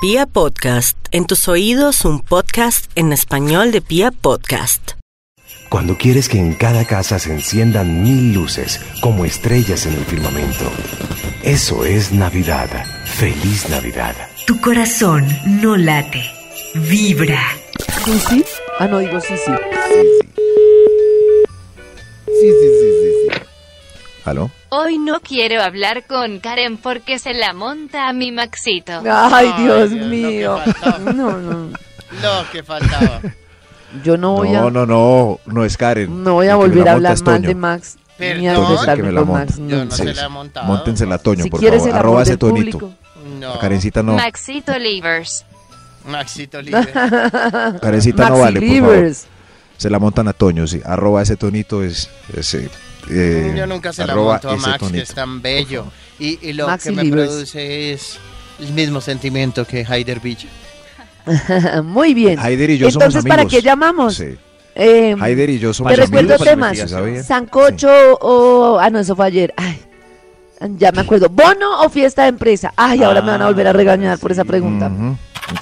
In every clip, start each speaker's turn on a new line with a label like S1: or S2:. S1: Pia Podcast, en tus oídos un podcast en español de Pia Podcast.
S2: Cuando quieres que en cada casa se enciendan mil luces como estrellas en el firmamento. Eso es Navidad. Feliz Navidad.
S3: Tu corazón no late, vibra.
S4: ¿Sí, sí? Ah, no, digo sí, sí.
S5: Sí, sí, sí, sí, sí. ¿Aló?
S6: Hoy no quiero hablar con Karen porque se la monta a mi Maxito.
S4: Ay,
S5: Ay,
S4: Dios
S5: Dios, no,
S4: mío.
S5: qué faltaba.
S4: No, no.
S5: Lo que faltaba.
S4: Yo no voy a,
S7: No,
S4: no,
S7: no, no, no es Karen.
S4: voy a
S7: El que me
S4: volver
S7: la
S4: a
S7: monta
S4: hablar
S7: es
S4: mal
S7: Toño.
S4: de Max. Ni a
S5: Perdón.
S4: molestarme
S7: Que me la
S4: con
S7: monta.
S4: Max.
S5: Yo no
S4: No.
S7: Sí,
S5: se
S7: sí.
S5: la he montado.
S7: Móntensela, Toño,
S4: Si
S7: por
S4: quieres
S7: favor.
S4: el
S7: Arroba
S4: amor
S7: ese
S4: del
S7: tonito.
S4: público.
S5: No.
S7: A Karencita no.
S6: Maxito Livers.
S5: Maxito Libre.
S7: Karencita no
S4: Maxi
S7: vale, por favor.
S4: Livers.
S7: Se la montan a Toño, sí. Arroba ese tonito es. ese, eh,
S5: Yo nunca se la
S7: arroba
S5: monto a
S7: ese
S5: Max, que
S7: tonito.
S5: es tan bello. Y, y lo
S4: Maxi
S5: que me
S4: Libres.
S5: produce es el mismo sentimiento que Haider Villa.
S4: Muy bien.
S7: Haider y yo somos
S4: Entonces,
S7: amigos.
S4: ¿para qué llamamos?
S7: Sí.
S4: Eh,
S7: Haider y yo somos
S4: te
S7: amigos.
S4: recuerdo
S7: para que me
S4: temas.
S7: digas, ¿sabía?
S4: Sancocho o... Ah, no, eso fue ayer. Ay, ya me acuerdo. ¿Bono o fiesta de empresa? Ay, ahora me van a volver a regañar por esa pregunta.
S7: Ujú.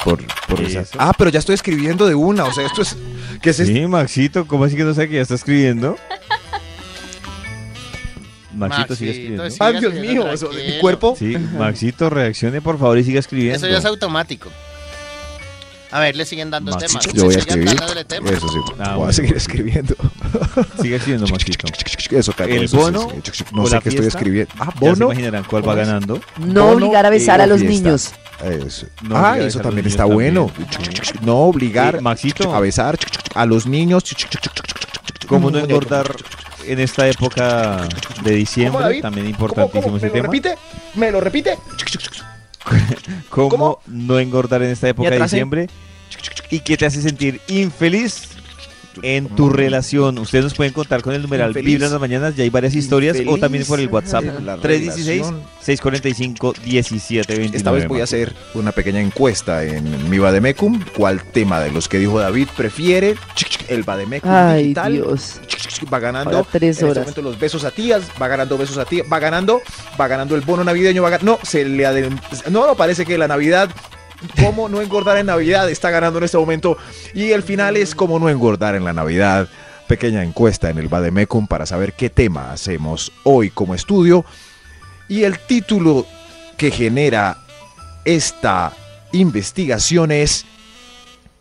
S7: Por, por esa- Ah, pero ya estoy escribiendo de una. O sea, esto es. ¿Qué es esto?
S8: Sí, Maxito, ¿cómo así que no sé que ya está escribiendo? Maxito sigue escribiendo.
S5: sí,
S7: Ay, Dios
S5: sigue
S7: mío, eso-
S5: tranquilo.
S7: mi cuerpo.
S8: Sí, Maxito, reaccione por favor y siga escribiendo.
S5: Eso ya es automático. A ver, le siguen dando
S8: Maxito,
S5: temas.
S7: Yo voy a
S5: Sigan
S7: escribir.
S5: dándole temas.
S7: Eso sí.
S8: Ah,
S7: voy
S8: bueno.
S7: a seguir escribiendo.
S8: Sigue escribiendo, Maxito.
S7: Eso, Karen,
S8: ¿El
S7: eso sí,
S8: bono
S7: sí. No
S8: o
S7: sé
S8: la
S7: qué estoy
S8: fiesta?
S7: escribiendo. Ah,
S8: Ya se
S7: bono.
S8: imaginarán cuál va
S7: ¿Cómo es?
S8: ganando.
S4: No
S7: Bono
S4: obligar a besar
S7: y
S4: a los
S7: fiesta.
S4: niños.
S7: Eso.
S8: No
S7: ah,
S8: obligar a
S7: eso
S8: besar
S7: también
S8: a los
S7: está
S8: niños
S7: bueno.
S8: también.
S7: No obligar
S8: Sí, Maxito.
S7: a besar a los niños.
S8: ¿Cómo no engordar en esta época de diciembre?
S9: David?
S8: También importantísimo ese
S9: ¿Me
S8: tema.
S9: lo repite? ¿Me lo repite?
S8: ¿Cómo,
S9: ¿Cómo?
S8: no engordar en esta época de
S7: atrasé.
S8: diciembre? ¿Y qué te hace sentir infeliz? En tu relación, ustedes nos pueden contar con el numeral
S7: Infeliz.
S8: Vibra en las mañanas, ya hay varias historias, o también por el WhatsApp
S7: La
S8: 316-645-1729.
S7: Esta vez voy a hacer una pequeña encuesta en mi Bademecum. ¿Cuál tema de los que dijo David prefiere? El Bademecum
S4: Ay,
S7: digital.
S4: Dios. Ahora
S7: Va ganando
S4: tres
S7: en este
S4: horas.
S7: momento los besos a tías, va ganando besos a tías, va ganando, va ganando el bono navideño, va ga- no, se le adem- no, no parece que la Navidad cómo no engordar en Navidad está ganando en este momento y el final es cómo no engordar en la Navidad. Pequeña encuesta en el Bademecum para saber qué tema hacemos hoy como estudio y el título que genera esta investigación es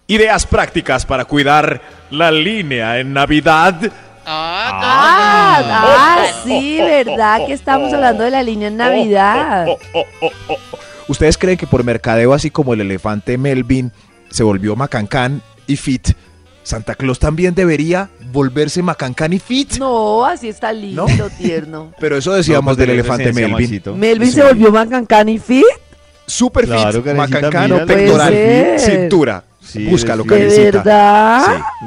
S7: Ideas prácticas para cuidar la línea en Navidad.
S4: Ah, ah, sí, verdad que estamos hablando de la línea en Navidad.
S7: ¿Ustedes creen que por mercadeo, así como el elefante Melvin se volvió Macancán y Fit, Santa Claus también debería volverse Macancán y Fit?
S4: No, así está lindo, tierno.
S7: Pero eso decíamos
S8: pues,
S7: del elefante Melvin.
S4: Melvin
S7: Sí.
S4: se volvió Mancancán y fit.
S7: Super
S8: Claro,
S7: Fit,
S8: Karencita, mira,
S7: Macancano,
S8: no
S7: pectoral,
S4: puede ser.
S7: cintura.
S8: Sí,
S7: Búscalo,
S8: sí.
S4: ¿De
S7: Karencita.
S4: verdad?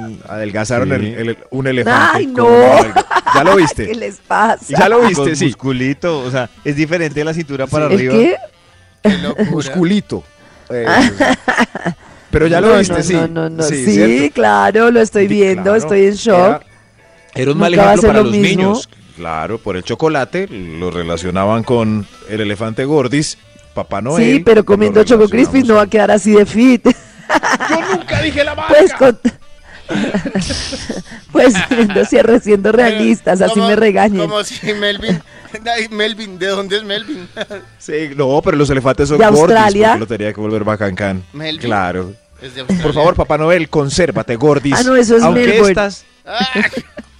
S7: Sí, Adelgazaron
S8: Sí.
S7: el- el- un elefante.
S4: Ay,
S7: con
S4: no.
S7: una alga. Ya lo
S4: ¿Qué
S7: viste.
S4: les pasa?
S7: Ya lo viste,
S8: Con
S7: sí.
S8: musculito, o sea, es diferente de la cintura para
S4: ¿El
S8: arriba.
S4: qué?
S5: Qué locura.
S7: Musculito. Eh, pero ya lo
S4: No,
S7: viste,
S4: no,
S7: sí.
S4: No, no, no. Sí,
S7: ¿cierto?
S4: claro, lo estoy
S7: Sí,
S4: viendo,
S7: claro.
S4: estoy en shock.
S7: Era, era un mal
S4: Nunca va a
S7: ejemplo
S4: ser
S7: para
S4: lo
S7: los
S4: mismo.
S7: niños. Claro, por el chocolate lo relacionaban con el elefante gordis, Papá Noel.
S4: sí, pero
S7: lo
S4: comiendo Choco
S7: relacionamos
S4: Crispy no va a quedar así de fit.
S9: Yo nunca dije la marca.
S4: Pues con... pues siendo, siendo- siendo realistas, así
S5: Como-
S4: me regañen.
S5: Como si Melvin. Ay, Melvin, ¿de dónde es Melvin?
S7: Sí, no, pero los elefantes son
S4: ¿De
S7: gordis,
S4: Australia?
S7: porque lo tenía que volver bacancán.
S5: Melvin.
S7: Claro.
S5: Es de
S7: Por
S5: Australia.
S7: favor, Papá Noel, consérvate gordis.
S4: Ah, no, eso es
S7: aunque
S4: Melbourne.
S7: estas,
S5: Ah,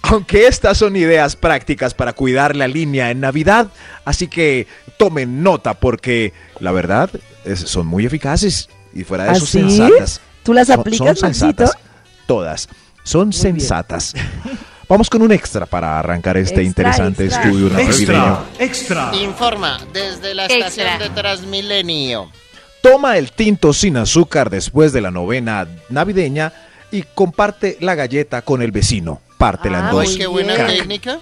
S7: aunque estas son ideas prácticas para cuidar la línea en Navidad, así que tomen nota porque la verdad es- son muy eficaces y fuera de
S4: ¿Ah,
S7: eso
S4: sí?
S7: sensatas.
S4: ¿Tú las
S7: Son-
S4: aplicas,
S7: son
S4: Maxito?
S7: sensatas. Todas. Son
S4: bien.
S7: sensatas. Vamos con un extra para arrancar este
S4: Extra,
S7: interesante
S4: extra.
S7: estudio navideño.
S5: informa desde la
S6: Extra.
S5: estación de Transmilenio.
S7: Toma el tinto sin azúcar después de la novena navideña y comparte la galleta con el vecino. Pártela
S4: Ah,
S7: en
S5: Uy,
S7: dos.
S5: qué buena
S7: Crack.
S5: técnica.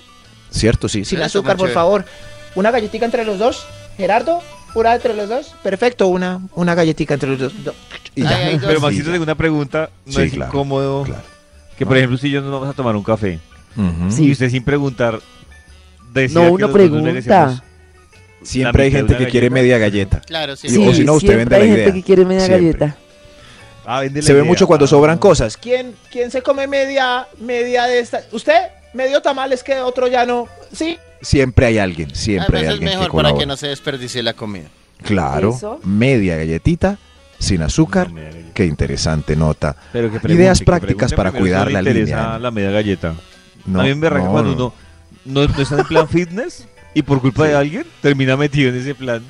S7: ¿Cierto? Sí, sí.
S9: Sin
S5: Eso
S9: azúcar,
S5: está
S9: por
S5: chévere.
S9: favor. Una galletita entre los dos. Gerardo, una entre los dos. Perfecto, una, una galletita entre los dos. No.
S7: Y ya.
S5: Ay, ay,
S8: Pero
S7: Y
S8: Maxito,
S7: ya.
S8: tengo una pregunta, no
S7: Sí,
S8: es
S7: claro,
S8: incómodo.
S7: claro.
S8: Que por ejemplo, si yo nos vamos a tomar un café
S7: Ujú.
S4: Sí.
S8: y usted sin preguntar, decida
S4: No, uno
S8: que los dos nos
S4: pregunta.
S8: regresemos. La
S7: Siempre hay
S8: mitad
S7: gente
S8: de
S7: que
S8: una
S7: quiere
S8: galleta.
S7: media galleta.
S5: Claro, sí.
S7: Y- o si no, usted
S4: siempre
S7: vende
S4: hay
S7: la
S4: gente
S7: idea.
S4: que quiere media
S7: Siempre.
S4: galleta.
S8: Ah, vende la
S10: Se ve
S8: idea.
S10: mucho cuando
S8: Ah.
S10: sobran cosas.
S9: ¿Quién, quién se come media, media de esta? ¿Usted? Medio tamales que otro ya no. Sí.
S7: Siempre hay alguien, siempre
S5: Además,
S7: hay
S5: es
S7: alguien que
S5: mejor para
S7: colabora.
S5: que no se desperdicie la comida.
S7: Claro,
S4: Eso.
S7: media galletita, sin azúcar.
S8: No, media galleta.
S7: Qué interesante nota.
S8: Pero que
S7: Ideas
S8: que
S7: prácticas
S8: pregunte
S7: para
S8: primero
S7: cuidar
S8: si
S7: la
S8: le interesa
S7: línea.
S8: la media galleta.
S7: No,
S8: a mí me arranca
S7: no,
S8: cuando
S7: no.
S8: uno no, no está en plan fitness y por culpa de alguien termina metido en ese plan.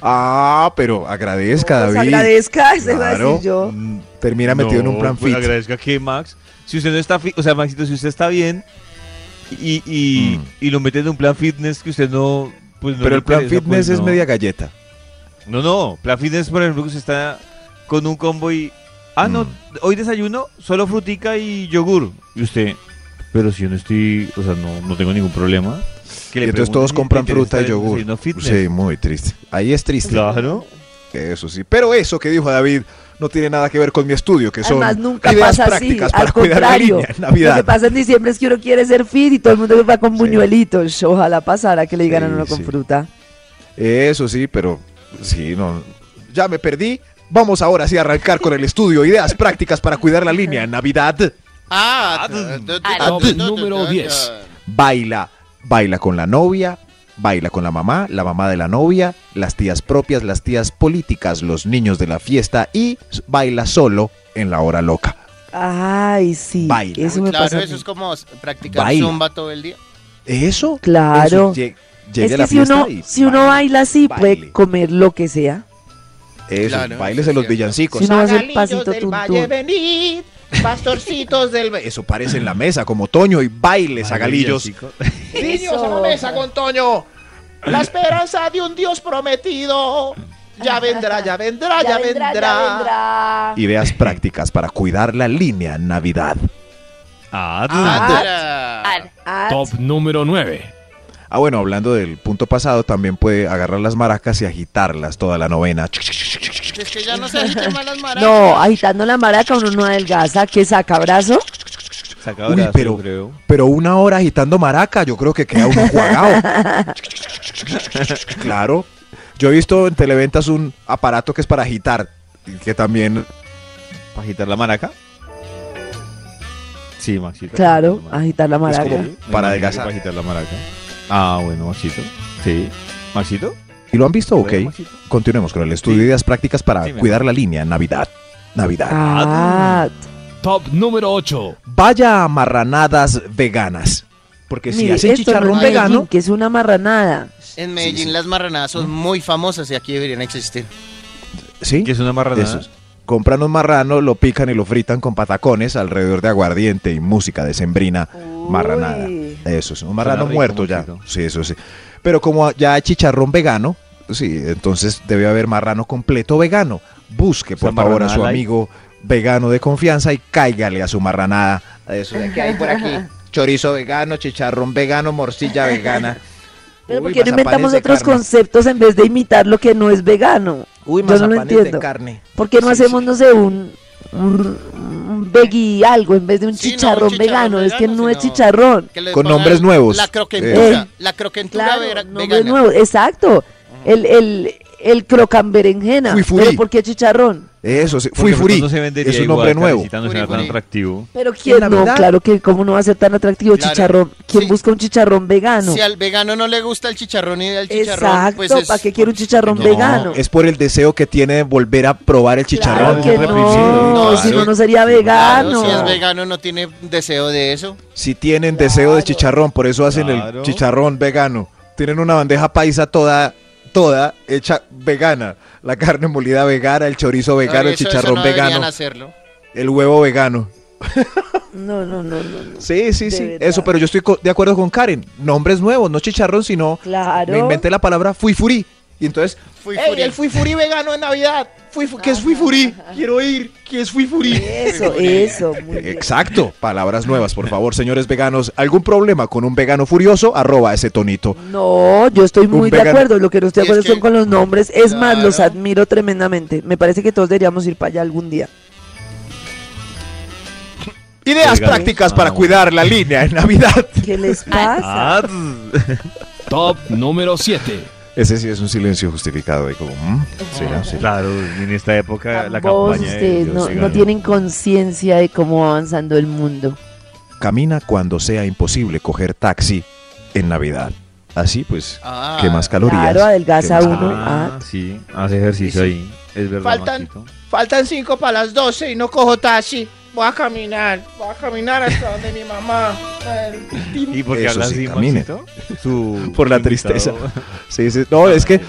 S7: Ah, pero agradezca,
S4: Pues
S7: David.
S4: agradezca, se va a
S7: Claro.
S4: decir yo.
S7: Mm, Termina metido en un plan
S8: pues
S7: fit.
S8: agradezca que Max, si usted no está fit, o sea, Maxito, si usted está bien y, y,
S7: Mm.
S8: y lo mete en un plan fitness que usted no... Pues no
S7: Pero
S8: le
S7: el plan
S8: interesa,
S7: fitness
S8: pues
S7: es
S8: no.
S7: media galleta.
S8: No, no, plan fitness, por ejemplo, que usted está con un combo y... Ah, no,
S7: Mm.
S8: hoy desayuno solo frutica y yogur. Y usted, pero si yo no estoy, o sea, no, no tengo ningún problema. Que
S7: Y
S8: le
S7: entonces
S8: pregunte
S7: todos
S8: si
S7: compran
S8: le interesa
S7: fruta y
S8: estar en un
S7: yogur.
S8: desayuno fitness.
S7: Sí, muy triste. Ahí es triste.
S8: Claro.
S7: Eso sí. Pero eso que dijo David no tiene nada que ver con mi estudio, que son
S4: Además, nunca
S7: ideas
S4: pasa así.
S7: prácticas para
S4: Al
S7: cuidar la
S4: contrario.
S7: línea en
S4: Lo que
S7: Navidad.
S4: pasa en diciembre es que uno quiere ser fit y todo el mundo va con buñuelitos. Ojalá pasara que le digan a
S7: Sí,
S4: uno con
S7: sí.
S4: fruta.
S7: Eso sí, pero sí, no. Ya me perdí. Vamos ahora sí a arrancar con el estudio. Ideas prácticas para cuidar la línea en Navidad.
S5: Ah,
S6: Top
S5: número 10.
S7: Baila. Baila con la novia, baila con la mamá, la mamá de la novia, las tías propias, las tías políticas, los niños de la fiesta y baila solo en la hora loca.
S4: Ay, sí.
S7: Baila.
S4: Eso me pasa.
S5: Claro,
S4: a
S5: eso
S4: mí.
S5: es como practicar
S7: Baila.
S5: zumba todo el día.
S7: Eso.
S4: Claro.
S7: eso, lle- llegue
S4: Es
S7: a la
S4: que si
S7: fiesta
S4: uno,
S7: y
S4: si uno baila así, puede
S7: baile.
S4: comer lo que sea.
S7: Eso,
S5: Claro,
S7: bailes
S5: eso
S7: de
S5: es
S7: los
S5: cierto.
S7: villancicos.
S4: Si uno hace el
S9: Pagalillos
S4: pasito
S9: del Valle,
S4: tuntún.
S9: venid, pastorcitos del... Valle.
S7: Eso parece en la mesa, como Toño, y bailes a galillos.
S9: Niños a la mesa con Toño. La esperanza de un Dios prometido. Ya vendrá, ya vendrá, ya, vendrá.
S7: Ideas prácticas para cuidar la línea en Navidad.
S8: Ah,
S5: Ah,
S4: Ah,
S2: número 9.
S7: Ah, bueno, hablando del punto pasado, también puede agarrar las maracas y agitarlas toda la novena.
S5: Es que ya no se agitan más las maracas.
S4: No, agitando la maraca uno no adelgaza, que saca brazo.
S8: Saca
S7: Uy,
S8: brazo,
S7: pero-
S8: creo.
S7: Pero una hora agitando maraca, yo creo que queda un cuagao. claro. Yo he visto en televentas un aparato que es para agitar, y que también
S8: ¿Para agitar la maraca? Sí, Maxito.
S4: Claro,
S8: Para
S4: agitar la
S7: es
S4: maraca.
S7: como para adelgazar.
S8: Para agitar la maraca. Ah, bueno, Maxito. Sí. ¿Maxito?
S7: ¿Y lo han visto? Ok.
S8: ¿Puedo, Maxito?
S7: Continuemos con el estudio de ideas prácticas para
S8: Sí, me
S7: cuidar la línea en Navidad. Navidad.
S4: Ah,
S2: Top número 8.
S7: Vaya a marranadas veganas. Porque si
S4: mire, esto
S7: hacen
S4: no es
S7: chicharrón
S4: Medellín,
S7: vegano,
S4: que es una marranada.
S5: En Medellín las marranadas son muy famosas y aquí deberían existir.
S7: sí,
S8: ¿Qué es una marranada?
S7: Eso es. Compran un marrano, lo pican y lo fritan con patacones alrededor de aguardiente y música decembrina marranada.
S4: Uy.
S7: Eso es, un marrano
S8: rico,
S7: muerto ya.
S8: Maxito.
S7: Sí, eso sí. Pero como ya hay chicharrón vegano, sí, entonces debe haber marrano completo vegano. Busque,
S8: O sea,
S7: por favor, a
S8: marranada
S7: su
S8: light.
S7: amigo vegano de confianza y cáigale a su marranada. Eso de que hay por aquí. Chorizo vegano, chicharrón vegano, morcilla vegana.
S4: Pero ¿por
S7: Uy,
S4: qué no
S7: mazapanes
S4: inventamos
S7: de
S4: otros
S7: carne.
S4: conceptos en vez de imitar lo que no es vegano?
S7: Uy,
S4: Yo no lo
S7: mazapanes de
S4: entiendo.
S7: carne.
S4: ¿Por qué no
S7: Sí,
S4: hacemos, no sé, un, un, un veggie algo en vez de un
S5: Sí, no, un
S4: chicharrón,
S5: chicharrón
S4: vegano? Es que
S5: vegano,
S4: no es
S5: sino-
S4: chicharrón.
S5: Que les
S7: Con
S5: pongan
S7: nombres nuevos.
S5: La croquentura.
S4: Eh.
S5: La croquentura
S4: Claro,
S5: vera-
S4: nombre
S5: vegana.
S4: nuevo, exacto.
S7: Ah.
S4: El, el, el crocamberenjena.
S7: Fuifurí.
S4: Pero ¿por qué chicharrón?
S7: Eso sí.
S8: Porque
S7: Fui Furí.
S8: No se vendería
S7: Es un
S8: igual,
S7: nombre nuevo.
S8: Karencita, no
S5: Furí,
S8: será tan
S5: furí.
S8: atractivo.
S4: Pero quién no,
S7: Navidad.
S4: claro que cómo no va a ser tan atractivo
S5: Claro.
S4: chicharrón. ¿Quién
S5: Sí.
S4: busca un chicharrón vegano?
S5: Si al vegano no le gusta el chicharrón y el chicharrón,
S4: Exacto,
S5: pues es-
S4: ¿para qué quiere un chicharrón
S7: No,
S4: vegano?
S7: Es por el deseo que tiene de volver a probar el
S4: Claro
S7: chicharrón.
S4: que no,
S5: Claro.
S4: si no, no sería vegano.
S5: Claro, si es vegano no tiene deseo de eso.
S7: Si tienen deseo de chicharrón, por eso hacen
S8: Claro.
S7: el chicharrón vegano. Tienen una bandeja paisa toda, toda hecha vegana. La carne molida vegana, el chorizo vegano, el
S5: Eso- eso
S7: chicharrón
S5: no deberían
S7: vegano,
S5: hacerlo.
S7: el huevo vegano.
S4: No, no, no, no. no.
S7: Sí, sí,
S4: De
S7: sí.
S4: verdad.
S7: Eso, pero yo estoy co- de acuerdo con Karen. Nombres nuevos, no chicharrón, sino
S4: Claro.
S7: me inventé la palabra fuifurí. Y entonces,
S5: Fui
S9: Ey,
S5: furia.
S9: el fui furí vegano en Navidad.
S7: fui fu- ¿qué es fuifurí? Quiero ir. ¿Qué es fuifurí?
S4: Eso, eso, muy bien.
S7: Exacto, palabras nuevas, por favor, señores veganos. ¿Algún problema con un vegano furioso? Arroba ese tonito.
S4: No, yo estoy muy de
S7: vegano.
S4: acuerdo. Lo que no estoy de
S5: Y es
S4: acuerdo son
S5: que-
S4: con los nombres. Es más, los
S5: Claro.
S4: admiro tremendamente. Me parece que todos deberíamos ir para allá algún día.
S7: Ideas
S8: Veganos.
S7: prácticas
S8: Ah,
S7: para
S8: bueno.
S7: cuidar la línea en Navidad.
S4: ¿Qué les pasa?
S8: Ah,
S2: Top número 7.
S7: Ese sí es un silencio justificado. ahí como, ¿hmm? ¿Será? ¿Será?
S8: Claro, en esta
S7: Ah,
S8: época la
S4: Vos,
S8: campaña. de
S4: ustedes
S8: Dios
S4: no,
S8: siga,
S4: no tienen conciencia de cómo va avanzando el mundo.
S7: Camina cuando sea imposible coger taxi en Navidad. Así pues,
S5: Ah,
S7: que más calorías.
S4: Claro, adelgaza
S7: que más
S4: uno.
S7: calorías.
S4: Ah,
S8: Sí, hace ejercicio
S5: Sí,
S8: ahí. Es verdad.
S9: Faltan-
S8: Maxito.
S9: Faltan cinco para las 12 y no cojo taxi. Voy a caminar, voy a caminar hasta donde mi mamá. Ay,
S8: ¿Y porque
S7: Eso
S8: habla
S7: sí,
S8: así,
S7: camine.
S8: Maxito? Su
S7: Por la
S8: invitado-
S7: tristeza. Sí, sí. No, es que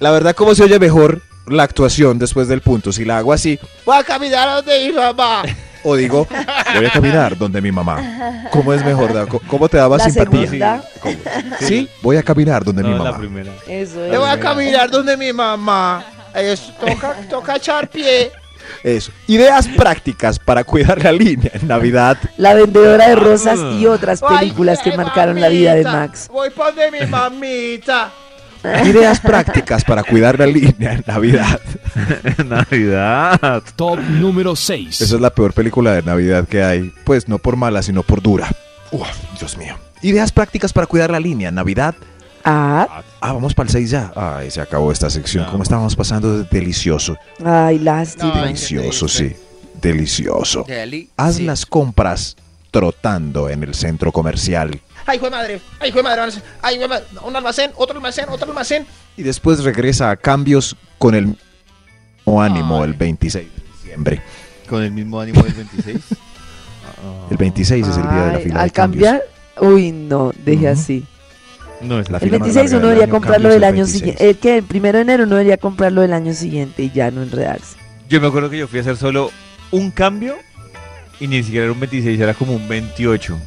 S7: la verdad, como se oye mejor la actuación después del punto? Si la hago así,
S9: Voy a caminar donde mi mamá.
S7: o digo, voy a caminar donde mi mamá. ¿Cómo es mejor? da? ¿Cómo- ¿Cómo te daba
S4: La
S7: simpatía?
S4: segunda.
S7: ¿Cómo? Sí, voy a caminar donde mi
S8: No, la
S7: mamá.
S8: primera.
S4: Eso
S9: Yo voy
S4: es.
S9: a caminar donde mi mamá. Es- toca, toca echar pie.
S7: Eso. Ideas prácticas para cuidar la línea en Navidad.
S4: La vendedora de rosas y
S7: Ah.
S4: otras
S9: Ay,
S4: películas que
S9: ay,
S4: marcaron la vida de
S9: mamita,
S4: Max.
S9: Voy por donde mi mamita.
S7: Ideas prácticas para cuidar la línea en Navidad.
S8: Navidad.
S11: Top número 6.
S7: Esa es la peor película de Navidad que hay. Pues no por mala, sino por dura. Uf, Dios mío. Ideas prácticas para cuidar la línea en Navidad.
S4: Ah,
S7: Ah, vamos para el 6 ya. Ay, se acabó esta sección. ¿Cómo estábamos pasando? de Delicioso.
S4: ay, lástima.
S5: Ay,
S7: Delicioso,
S5: qué
S7: sí. Delicioso.
S5: Deli-
S7: Haz
S5: sí.
S7: las compras trotando en el centro comercial.
S9: Ay, hijo de madre. Ay, hijo de madre. Ay, hijo de madre. Un almacén, otro almacén, otro almacén.
S7: Y después regresa a cambios con el mismo ánimo el 26 de diciembre.
S8: Con el mismo ánimo del 26. Ah,
S7: El 26 es el día de la
S4: Ay,
S7: fila de
S4: al
S7: cambios.
S4: cambiar, uy, no, deje
S7: Ujú.
S4: así.
S8: No, es la
S7: La
S4: El
S7: fila más
S4: 26
S7: larga
S4: uno
S7: del
S4: debería
S7: año,
S4: comprarlo
S7: cambios
S4: del
S7: el
S4: año
S7: 26.
S4: siguiente. El que el primero de enero uno debería comprarlo del año siguiente y ya no enredarse.
S8: Yo me acuerdo que yo fui a hacer solo un cambio y ni siquiera era un 26, era como un 28.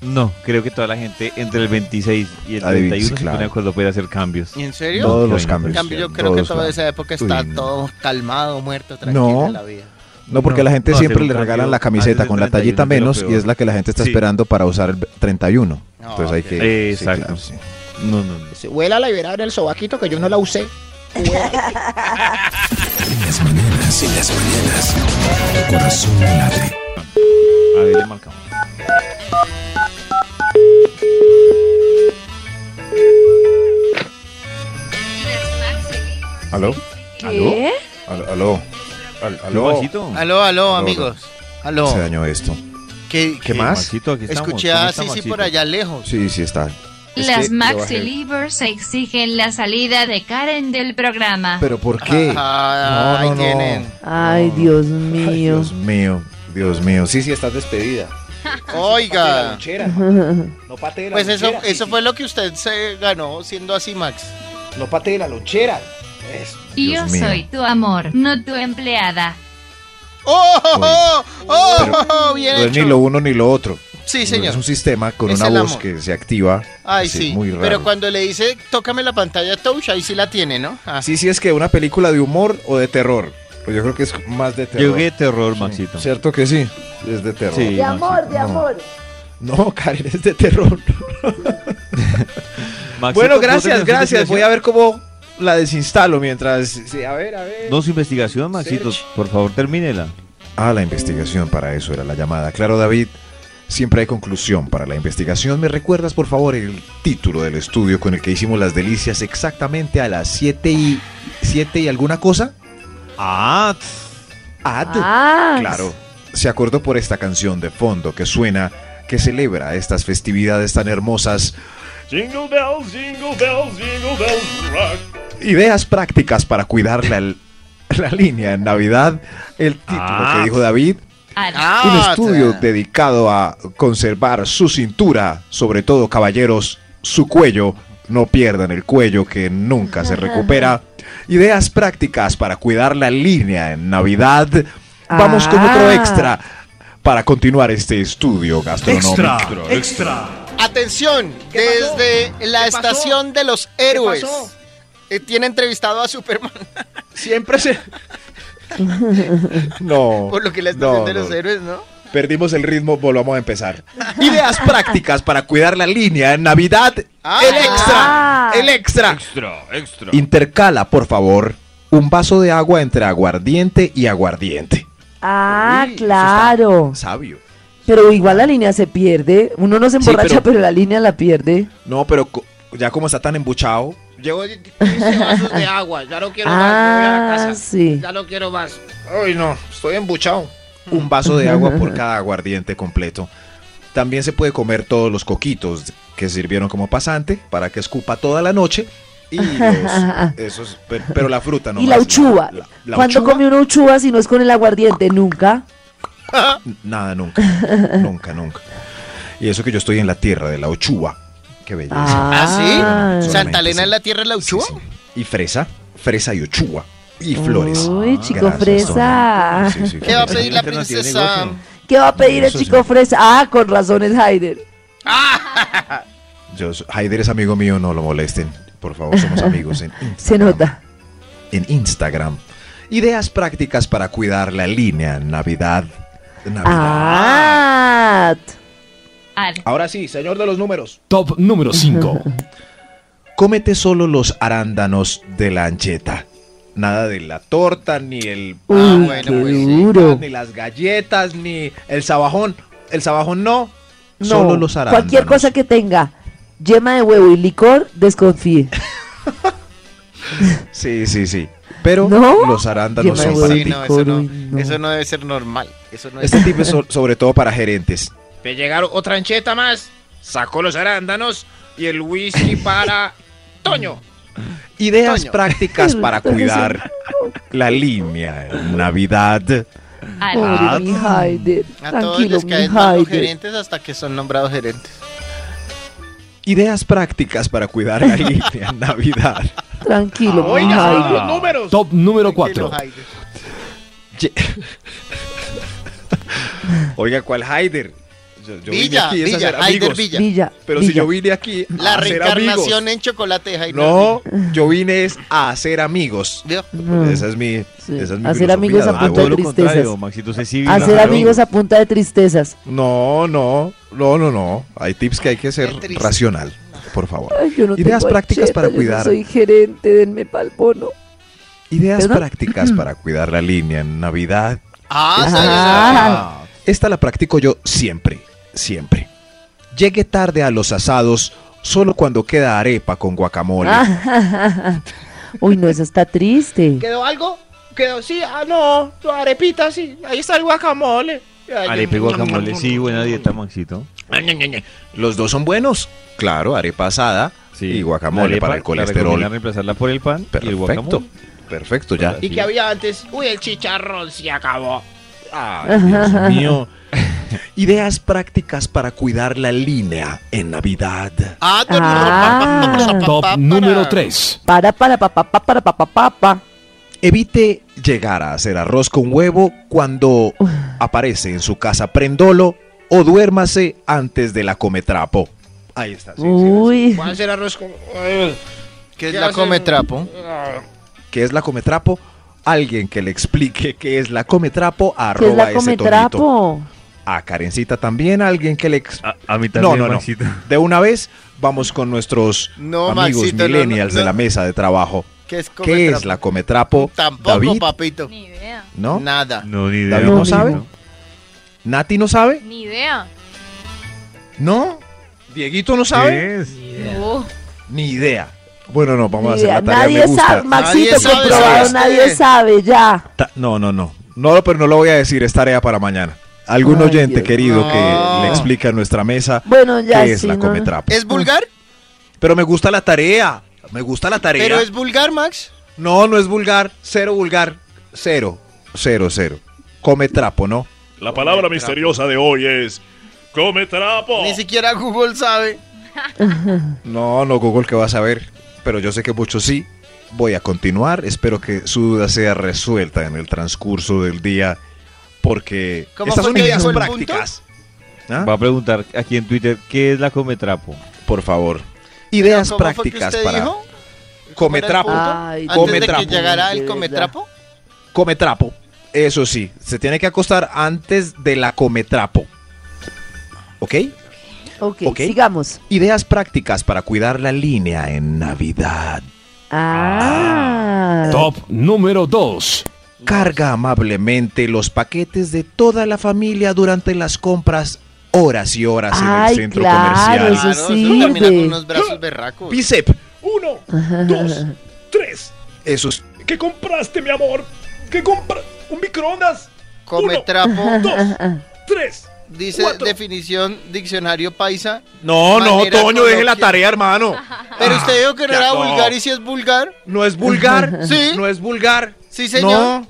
S8: No, creo que toda la gente entre el 26 y el
S7: Adivina,
S8: 31 se
S7: Ah, claro.
S8: pone de acuerdo para hacer cambios.
S5: ¿En serio?
S7: Todos
S8: No,
S7: los
S8: yo
S5: En
S7: cambios.
S5: cambio, yo
S7: todos
S5: creo que
S7: los
S5: toda
S7: cambios.
S5: esa época está
S7: Uy, no.
S5: todo calmado, muerto, tranquilo
S7: No.
S5: en la vida.
S7: No, porque a la
S8: No,
S7: gente
S8: no,
S7: siempre
S8: hacer
S7: le
S8: un
S7: regalan
S8: cambio
S7: la camiseta
S8: antes
S7: con
S8: del
S7: la tallita
S8: 31 es lo
S7: menos y
S8: peor.
S7: es la que la gente está
S8: Sí.
S7: esperando para usar el 31.
S5: Ah,
S7: Entonces hay
S5: ok.
S7: que...
S8: Eh,
S7: sí,
S8: exacto.
S7: claro, sí.
S8: No, no, no.
S9: Se huela la liberar el sobaquito que yo no la usé.
S8: A ver, le marcamos.
S7: ¿Aló?
S4: ¿Qué?
S7: ¿Aló? ¿Aló? Al- ¿Aló?
S8: Maxito.
S5: Aló, aló,
S7: Aló,
S5: amigos. Aló.
S7: Se dañó esto.
S5: ¿Qué,
S7: ¿Qué más?
S8: Maxito, aquí estamos.
S5: Escuché
S8: ¿Cómo
S5: a
S8: está,
S5: Sisi
S8: Maxito?
S5: por allá lejos.
S7: Sí, sí está. Es
S6: Las
S7: que le
S6: Maxi
S7: bajé.
S6: Livers exigen la salida de Karen del programa.
S7: ¿Pero por qué? No,
S5: Ah, ahí
S7: no, no.
S5: tienen.
S4: Ay, Dios mío.
S7: Ay, Dios mío. Dios mío. Sí, sí, estás despedida.
S5: Oiga,
S10: No patee
S5: pues eso, eso fue lo que usted se ganó siendo así, Max.
S10: No patee la lonchera.
S6: Yo
S7: Dios mío.
S6: soy tu amor, no tu empleada.
S5: ¡Oh, oh, oh, oh, oh,
S7: No
S5: bien
S7: es ni
S5: hecho!
S7: lo uno ni lo otro.
S5: Sí, señor.
S7: Es un sistema con
S5: Es
S7: una
S5: el
S7: voz
S5: amor.
S7: que se activa.
S5: Ay,
S7: Sí,
S5: sí.
S7: muy raro.
S5: Pero cuando le dice, tócame la pantalla touch, ahí sí la tiene, ¿no? Ah,
S7: Sí, sí, es que una película de humor o de terror. Pues yo creo que es más de terror.
S8: Yo creo que terror, Maxito.
S7: ¿Cierto que sí? Es de terror.
S8: Sí,
S4: De amor,
S8: Maxito.
S4: de
S7: No.
S4: amor.
S7: No, Karen, es de terror.
S8: Maxito,
S10: Bueno,
S8: ¿tú
S10: gracias,
S8: terminaste
S10: gracias.
S8: tu
S10: Voy a
S8: investigación?
S10: ver cómo la desinstalo mientras. Sí, a ver, a ver.
S8: No, su investigación, Maxito.
S10: Search.
S8: Por favor, termínela.
S7: Ah, la investigación, para eso era la llamada. Claro, David, siempre hay conclusión para la investigación. ¿Me recuerdas, por favor, el título del estudio con el que hicimos las delicias exactamente a las 7 y... 7 y alguna cosa?
S8: Ah,
S7: Ad.
S4: Ah,
S7: Claro. Se acordó por esta canción de fondo que suena, que celebra estas festividades tan hermosas.
S11: Jingle bells, jingle bells, jingle bells rock.
S7: Ideas prácticas para cuidar la, la línea en Navidad. El título
S8: Ah.
S7: que dijo David.
S6: Ah,
S5: Ah,
S7: Un estudio
S5: ta-
S7: dedicado a conservar su cintura, sobre todo caballeros, su cuello. No pierdan el cuello que nunca se recupera. Ideas prácticas para cuidar la línea en Navidad. Vamos con otro
S4: Ah.
S7: extra para continuar este estudio gastronómico.
S5: Atención,
S9: pasó?
S5: desde la
S9: ¿Qué pasó?
S5: estación de los héroes.
S9: pasó?
S5: eh, Tiene entrevistado a Superman
S10: Siempre se.
S7: No.
S5: por lo que la estación
S7: no,
S5: de los
S7: no.
S5: héroes, ¿no?
S7: Perdimos el ritmo, volvamos a empezar. Ideas prácticas para cuidar la línea en Navidad.
S5: Ah.
S7: el extra. El extra.
S11: Extra, extra.
S7: Intercala, por favor, un vaso de agua entre aguardiente y aguardiente.
S4: ah,
S7: Uy, eso
S4: claro.
S7: está Sabio.
S4: Pero igual la línea se pierde. Uno no se
S7: Sí,
S4: emborracha,
S7: pero-
S4: pero la línea la pierde.
S7: No, pero co- ya como está tan embuchado,
S9: Llevo 15 vasos de agua. Ya no quiero
S4: Ah,
S9: más. me voy a la casa.
S4: sí.
S9: Ya no quiero más. Ay, no. Estoy embuchado.
S7: Un vaso de agua por cada aguardiente completo. También se puede comer todos los coquitos que sirvieron como pasante para que escupa toda la noche. Y los- esos, pe- pero la fruta no.
S4: y la
S7: más,
S4: uchuva.
S7: la- la
S4: ¿Cuándo
S7: uchuva,
S4: come una uchuva si no es con el aguardiente? Nunca.
S7: Nada, nunca. Nunca, nunca. Y eso que yo estoy en la tierra de la uchuva. Qué belleza.
S4: Ah,
S9: ¿Ah, sí?
S7: Solamente,
S9: ¿Santa Elena
S7: sí.
S9: es la tierra de la Uchua?
S7: Y fresa, fresa y uchuva. Y flores. Ah,
S4: Uy, chico
S7: Gracias,
S4: fresa.
S7: Tony. Sí, sí,
S9: ¿Qué va a
S7: fresa.
S9: pedir la
S8: Alternativa de
S9: princesa?
S8: negocio.
S4: ¿Qué va a pedir el
S7: Eso sí.
S4: chico fresa? Ah, con razón el Haider.
S7: Yo, Haider es amigo mío, no lo molesten. Por favor, somos amigos en Instagram.
S4: Se nota.
S7: En Instagram. Ideas prácticas para cuidar la línea en Navidad. Navidad.
S4: Ah,
S6: Ad.
S7: Ahora sí, señor de los números.
S12: Top número 5.
S7: Cómete solo los arándanos de la ancheta. Nada de la torta, ni el
S4: uy,
S9: Ah, bueno,
S4: qué
S9: pues sí,
S4: duro.
S7: ni las galletas, ni el sabajón. El sabajón no.
S4: No,
S7: Solo los arándanos.
S4: cualquier cosa que tenga yema de huevo y licor, desconfíe.
S7: Sí, sí, sí. Pero
S4: ¿No?
S7: los arándanos
S4: Yema de
S7: son
S4: huevo
S7: para
S4: y
S9: Sí,
S7: ti.
S9: no, eso no.
S4: Uy, no.
S9: Eso no debe ser normal. Eso no es.
S7: Este tip es so- sobre todo para gerentes.
S9: Me llegaron otra ancheta más. Sacó los arándanos y el whisky para Toño.
S7: Ideas
S9: Toño.
S7: prácticas para
S4: Entonces-
S7: cuidar la línea en Navidad.
S6: Ad.
S4: Pobre
S7: Ah,
S4: mi Haider.
S9: A todos
S4: Tranquilo,
S9: les
S4: mi
S9: caen mal los
S4: Haider.
S9: gerentes hasta que son nombrados gerentes.
S7: Ideas prácticas para cuidar la línea en Navidad.
S4: Tranquilo, mi
S9: Oiga, son
S4: Haider.
S9: otros números.
S12: Top número
S9: Tranquilo,
S12: 4.
S9: Haider.
S7: Ye- Oiga, ¿cuál Haider? Yo, yo vine
S9: Villa,
S7: aquí es a
S9: Villa,
S7: ser
S9: Haider
S7: amigos,
S9: Villa.
S4: Villa.
S7: Pero si
S4: Villa.
S7: yo vine aquí a
S9: La
S7: hacer amigos.
S9: reencarnación en chocolate de Haider.
S7: No, yo vine es a hacer amigos.
S9: Vio.
S4: No.
S7: Esa es mi,
S4: Sí.
S7: esa es mi
S4: Hacer
S7: filosofía,
S4: amigos a
S7: don
S8: Ah,
S4: punta
S7: Teo.
S8: todo
S4: de
S8: lo
S4: tristezas.
S8: contrario, Maxito se civil.
S4: Hacer
S8: Claro.
S4: amigos a punta de tristezas.
S7: No, no, no, no, no. Hay tips que hay que ser
S9: Qué triste.
S7: racional, por favor.
S4: Ay, yo no
S7: Ideas
S4: tengo
S7: prácticas
S4: ancheta,
S7: para
S4: yo no
S7: cuidar.
S4: soy gerente, denme pal bono.
S7: Ideas
S4: ¿Perdón?
S7: prácticas para cuidar la línea en Navidad.
S9: Ah, ¿sabes?
S4: Ah,
S7: Esta la practico yo siempre, siempre. Llegue tarde a los asados solo cuando queda arepa con guacamole.
S4: ah, Uy, no, esa está triste.
S9: ¿Quedó algo? ¿Quedó? Sí, ah, no. tu Arepita, sí. Ahí está el guacamole. Ay,
S8: Arepa y
S9: mm,
S8: guacamole, sí, buena dieta, Maxito.
S7: Los dos son buenos. Claro, arepa asada
S8: Sí.
S7: y
S8: La
S7: guacamole
S8: arepa,
S7: para el
S8: la recomiendan
S7: colesterol.
S8: reemplazarla por el pan y el
S7: Perfecto,
S8: guacamole.
S7: perfecto ya.
S9: ¿Y qué había antes? Uy, el chicharrón se acabó.
S7: Ay, Dios mío. Ideas prácticas para cuidar la línea en Navidad.
S9: Ah,
S4: Ah.
S12: Top número 3.
S4: Para, para, pa, pa, pa, para, pa, pa, pa, pa.
S7: Evite llegar a hacer arroz con huevo cuando aparece en su casa prendolo o duérmase antes del acometrapo. Ahí está. sí, sí,
S4: Uy,
S9: Voy a hacer arroz con...
S5: ¿Qué
S9: ¿Qué
S5: es la
S9: hacen?
S5: cometrapo?
S7: ¿Qué es la cometrapo? Alguien que le explique qué es la cometrapo,
S4: ¿qué es
S7: arroba
S4: la
S7: ese tonito.
S4: cometrapo?
S7: A Karencita también, alguien que le... ex-
S8: A, a mí
S7: No,
S8: también,
S7: no, no.
S8: Maxito.
S7: De una vez, vamos con nuestros
S5: No,
S7: amigos
S5: Maxito, no, no,
S7: millennials de
S5: no.
S7: la mesa de trabajo.
S5: ¿Qué es
S7: ¿Qué
S5: cometrapo?
S7: es la cometrapo?
S5: Tampoco,
S7: David,
S5: papito.
S6: Ni idea.
S7: ¿no?
S5: Nada.
S8: No, ni idea.
S7: ¿David no
S8: Maxito.
S7: sabe? ¿Nati no sabe?
S6: Ni idea.
S7: ¿No? ¿Dieguito no sabe?
S8: ¿Qué es?
S6: No.
S7: Ni idea. Bueno, no, vamos a
S4: Ni
S7: hacer
S4: idea.
S7: la tarea. me
S4: Nadie
S7: gusta.
S4: sabe, Maxito,
S5: Nadie sabe,
S4: comprobado,
S5: ¿sabes
S4: nadie
S5: qué?
S4: sabe, ya.
S7: Ta- No, no, no. No, pero no lo voy a decir, es tarea para mañana. Algún
S4: Ay,
S7: oyente
S4: Dios.
S7: querido que
S5: No.
S7: le explique a nuestra mesa
S4: Bueno, ya
S7: qué es
S4: sí,
S7: la
S4: ¿no?
S7: cometrapo.
S5: ¿Es vulgar?
S7: Pero me gusta la tarea. Me gusta la tarea.
S5: ¿Pero es vulgar, Max?
S7: No, no es vulgar. Cero vulgar. Cero. Cero, cero. Come trapo, ¿no?
S11: La palabra misteriosa de hoy es. Come trapo.
S5: Ni siquiera Google sabe.
S7: No, no, Google, que vas a ver. Pero yo sé que muchos sí. Voy a continuar. Espero que su duda sea resuelta en el transcurso del día. Porque
S5: ¿Cómo
S7: estas
S5: fue
S7: son
S5: que
S7: ideas
S5: dijo el
S7: prácticas. ¿Ah?
S8: Va a preguntar aquí en Twitter qué es la cometrapo.
S7: Por favor. Ideas
S5: ¿Cómo fue que
S7: prácticas
S5: usted
S7: para.
S5: dijo?
S7: Come
S5: ¿Cómo era el
S7: trapo.
S5: punto?
S4: Ay,
S5: Antes
S7: come
S5: de
S7: trapo.
S5: que llegara
S4: De
S5: el
S4: verdad.
S5: cometrapo.
S7: Come trapo. Eso sí. Se tiene que acostar antes de la come trapo. ¿Ok?
S4: ok,
S7: Ok.
S4: sigamos.
S7: Ideas prácticas para cuidar la línea en Navidad.
S4: Ah.
S12: Top número 2.
S7: Carga amablemente los paquetes de toda la familia durante las compras horas y horas en
S4: Ay,
S7: el centro
S4: claro,
S7: comercial.
S4: eso
S5: Claro, eso termina
S4: sirve.
S5: con unos brazos berracos.
S7: Bicep,
S11: Uno, dos, tres.
S7: Eso es.
S11: ¿Qué compraste, mi amor? ¿Qué compras? ¿Un microondas?
S5: Come
S11: Uno,
S5: trapo.
S11: Dos, tres.
S5: Dice
S11: cuatro.
S5: definición diccionario paisa.
S7: No, no,
S5: Manera
S7: Toño, deje la
S5: coloquial.
S7: tarea, hermano.
S5: Pero usted dijo que no
S7: ya
S5: era
S7: no.
S5: vulgar y si es vulgar.
S10: No es vulgar.
S5: Sí.
S10: No es vulgar.
S5: Sí, señor.
S10: No.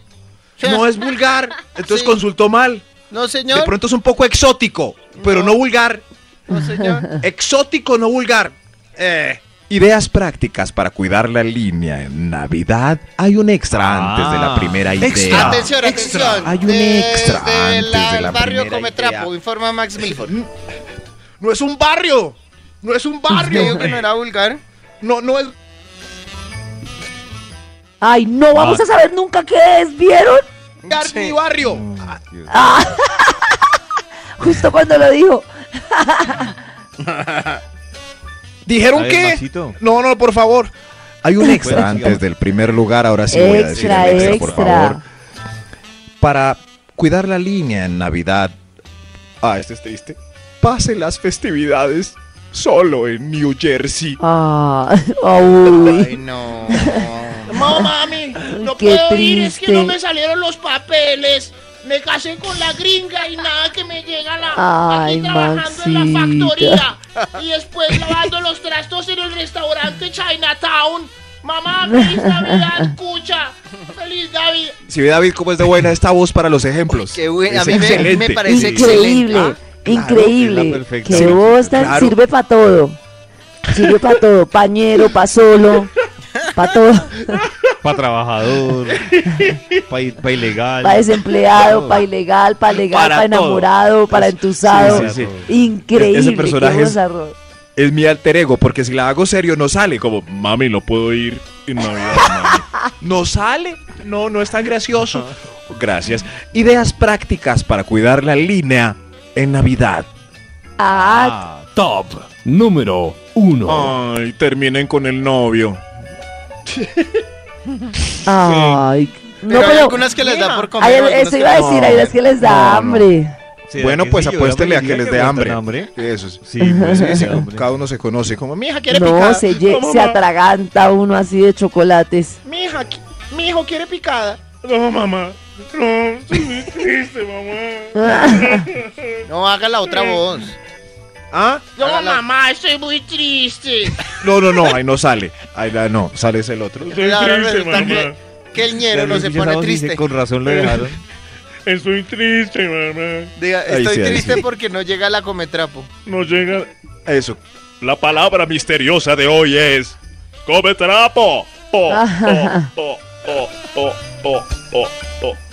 S10: No es vulgar. Entonces consultó mal.
S5: No,
S10: De
S5: señor.
S10: pronto es un poco exótico, pero no vulgar.
S5: No, señor.
S10: Exótico, no vulgar. Eh.
S7: Ideas prácticas para cuidar la línea en Navidad. Hay un extra antes de la primera idea.
S10: Ah.
S9: Ah,
S10: Extra.
S5: Atención, atención.
S7: Hay un
S5: Desde
S7: extra antes
S5: la-
S7: de
S5: el
S7: la
S5: barrio
S7: primera
S5: come
S7: idea.
S5: trapo, informa Max Milford.
S10: No es un barrio. No es un
S5: Usted dijo
S10: barrio.
S5: que no era vulgar.
S10: No, no es.
S4: Ay, no vamos
S8: Ah.
S4: a saber nunca qué es, ¿vieron?
S10: vulgar ni barrio.
S4: Justo cuando lo dijo.
S10: ¿Dijeron
S8: A ver,
S10: qué?
S8: Maxito.
S10: No, no, por favor.
S7: Hay un extra
S8: Bueno, sigamos.
S7: antes del primer lugar. Ahora sí voy a decir
S4: extra,
S7: el extra,
S4: extra.
S7: por favor. Para cuidar la línea en Navidad. Ah, este es triste. Pase las festividades solo en New Jersey.
S4: Ah, ah, uy.
S5: Ay, no.
S9: No, mami, no
S4: Qué
S9: puedo ir, es que no
S4: triste.
S9: me salieron los papeles. Me casé con la gringa y nada que me llega a la,
S4: Ay,
S9: aquí trabajando en la
S4: Maxita.
S9: factoría. Y después lavando los trastos en el restaurante Chinatown.
S7: Ah.
S9: Mamá, feliz Navidad, escucha. Feliz Navidad.
S7: Si ve David cómo es de buena esta voz para los ejemplos.
S5: Qué bueno, a
S7: Es
S5: mí me- me,
S7: excelente. Ah,
S5: parece excelente.
S4: Increíble,
S8: es la
S4: increíble.
S8: perfecta.
S4: Que vos tan-
S7: claro.
S4: sirve para todo. Sirve para todo. Pañero, pa' solo, para todo.
S8: Para trabajador, para ilegal.
S4: Para desempleado, para ilegal, para legal, para
S8: Para todo.
S4: enamorado, para entusado.
S7: Sí, sí, sí.
S4: Increíble.
S7: Ese
S4: qué
S7: personaje es-
S4: bozarrón.
S7: Es mi alter ego, porque si la hago serio no sale como, mami, no puedo ir en Navidad. mami".
S10: No sale. No, no es tan gracioso.
S7: Gracias. Ideas prácticas para cuidar la línea en Navidad.
S4: Ah,
S12: Top número 1.
S7: Ay, terminen con el novio.
S4: Ah, ay. No,
S5: Pero hay
S4: pero.
S5: algunas que les da por
S4: Ay,
S5: comer. algunas
S4: eso
S5: que
S4: iba a
S5: no.
S4: decir, hay las que les da
S7: No, no.
S4: hambre.
S7: bueno, pues apuéstele a que les dé hambre.
S8: hambre.
S7: Eso sí.
S8: Sí, pues,
S7: Sí, sí,
S8: hambre.
S7: cada uno se conoce como
S9: Mi hija quiere
S4: No,
S9: picada.
S4: se, lle-
S9: No,
S4: se
S9: mamá,
S4: atraganta uno así de chocolates.
S9: Mi hija, qui- mi hijo quiere picada.
S11: No, mamá. No, estoy muy triste, mamá.
S5: No, haga la otra voz.
S7: ¿Ah?
S9: No,
S5: Hágala.
S9: mamá, estoy muy triste.
S7: No, no, no, ahí no sale. Ahí la- no, sale es el otro.
S11: Estoy
S5: La verdad
S11: triste,
S5: está
S11: mamá.
S5: que- Que el ñero no se
S8: Dice
S5: pone
S8: Sabos, dice,
S5: triste.
S8: Con razón lo dejaron.
S11: Estoy triste, mamá.
S5: Diga,
S7: Ahí
S5: estoy
S7: sí, ahí
S5: triste
S7: sí.
S5: porque no llega la cometrapo.
S11: No llega.
S7: Eso.
S11: La palabra misteriosa de hoy es. Come trapo. Po, po, po, po, po, po, po, po.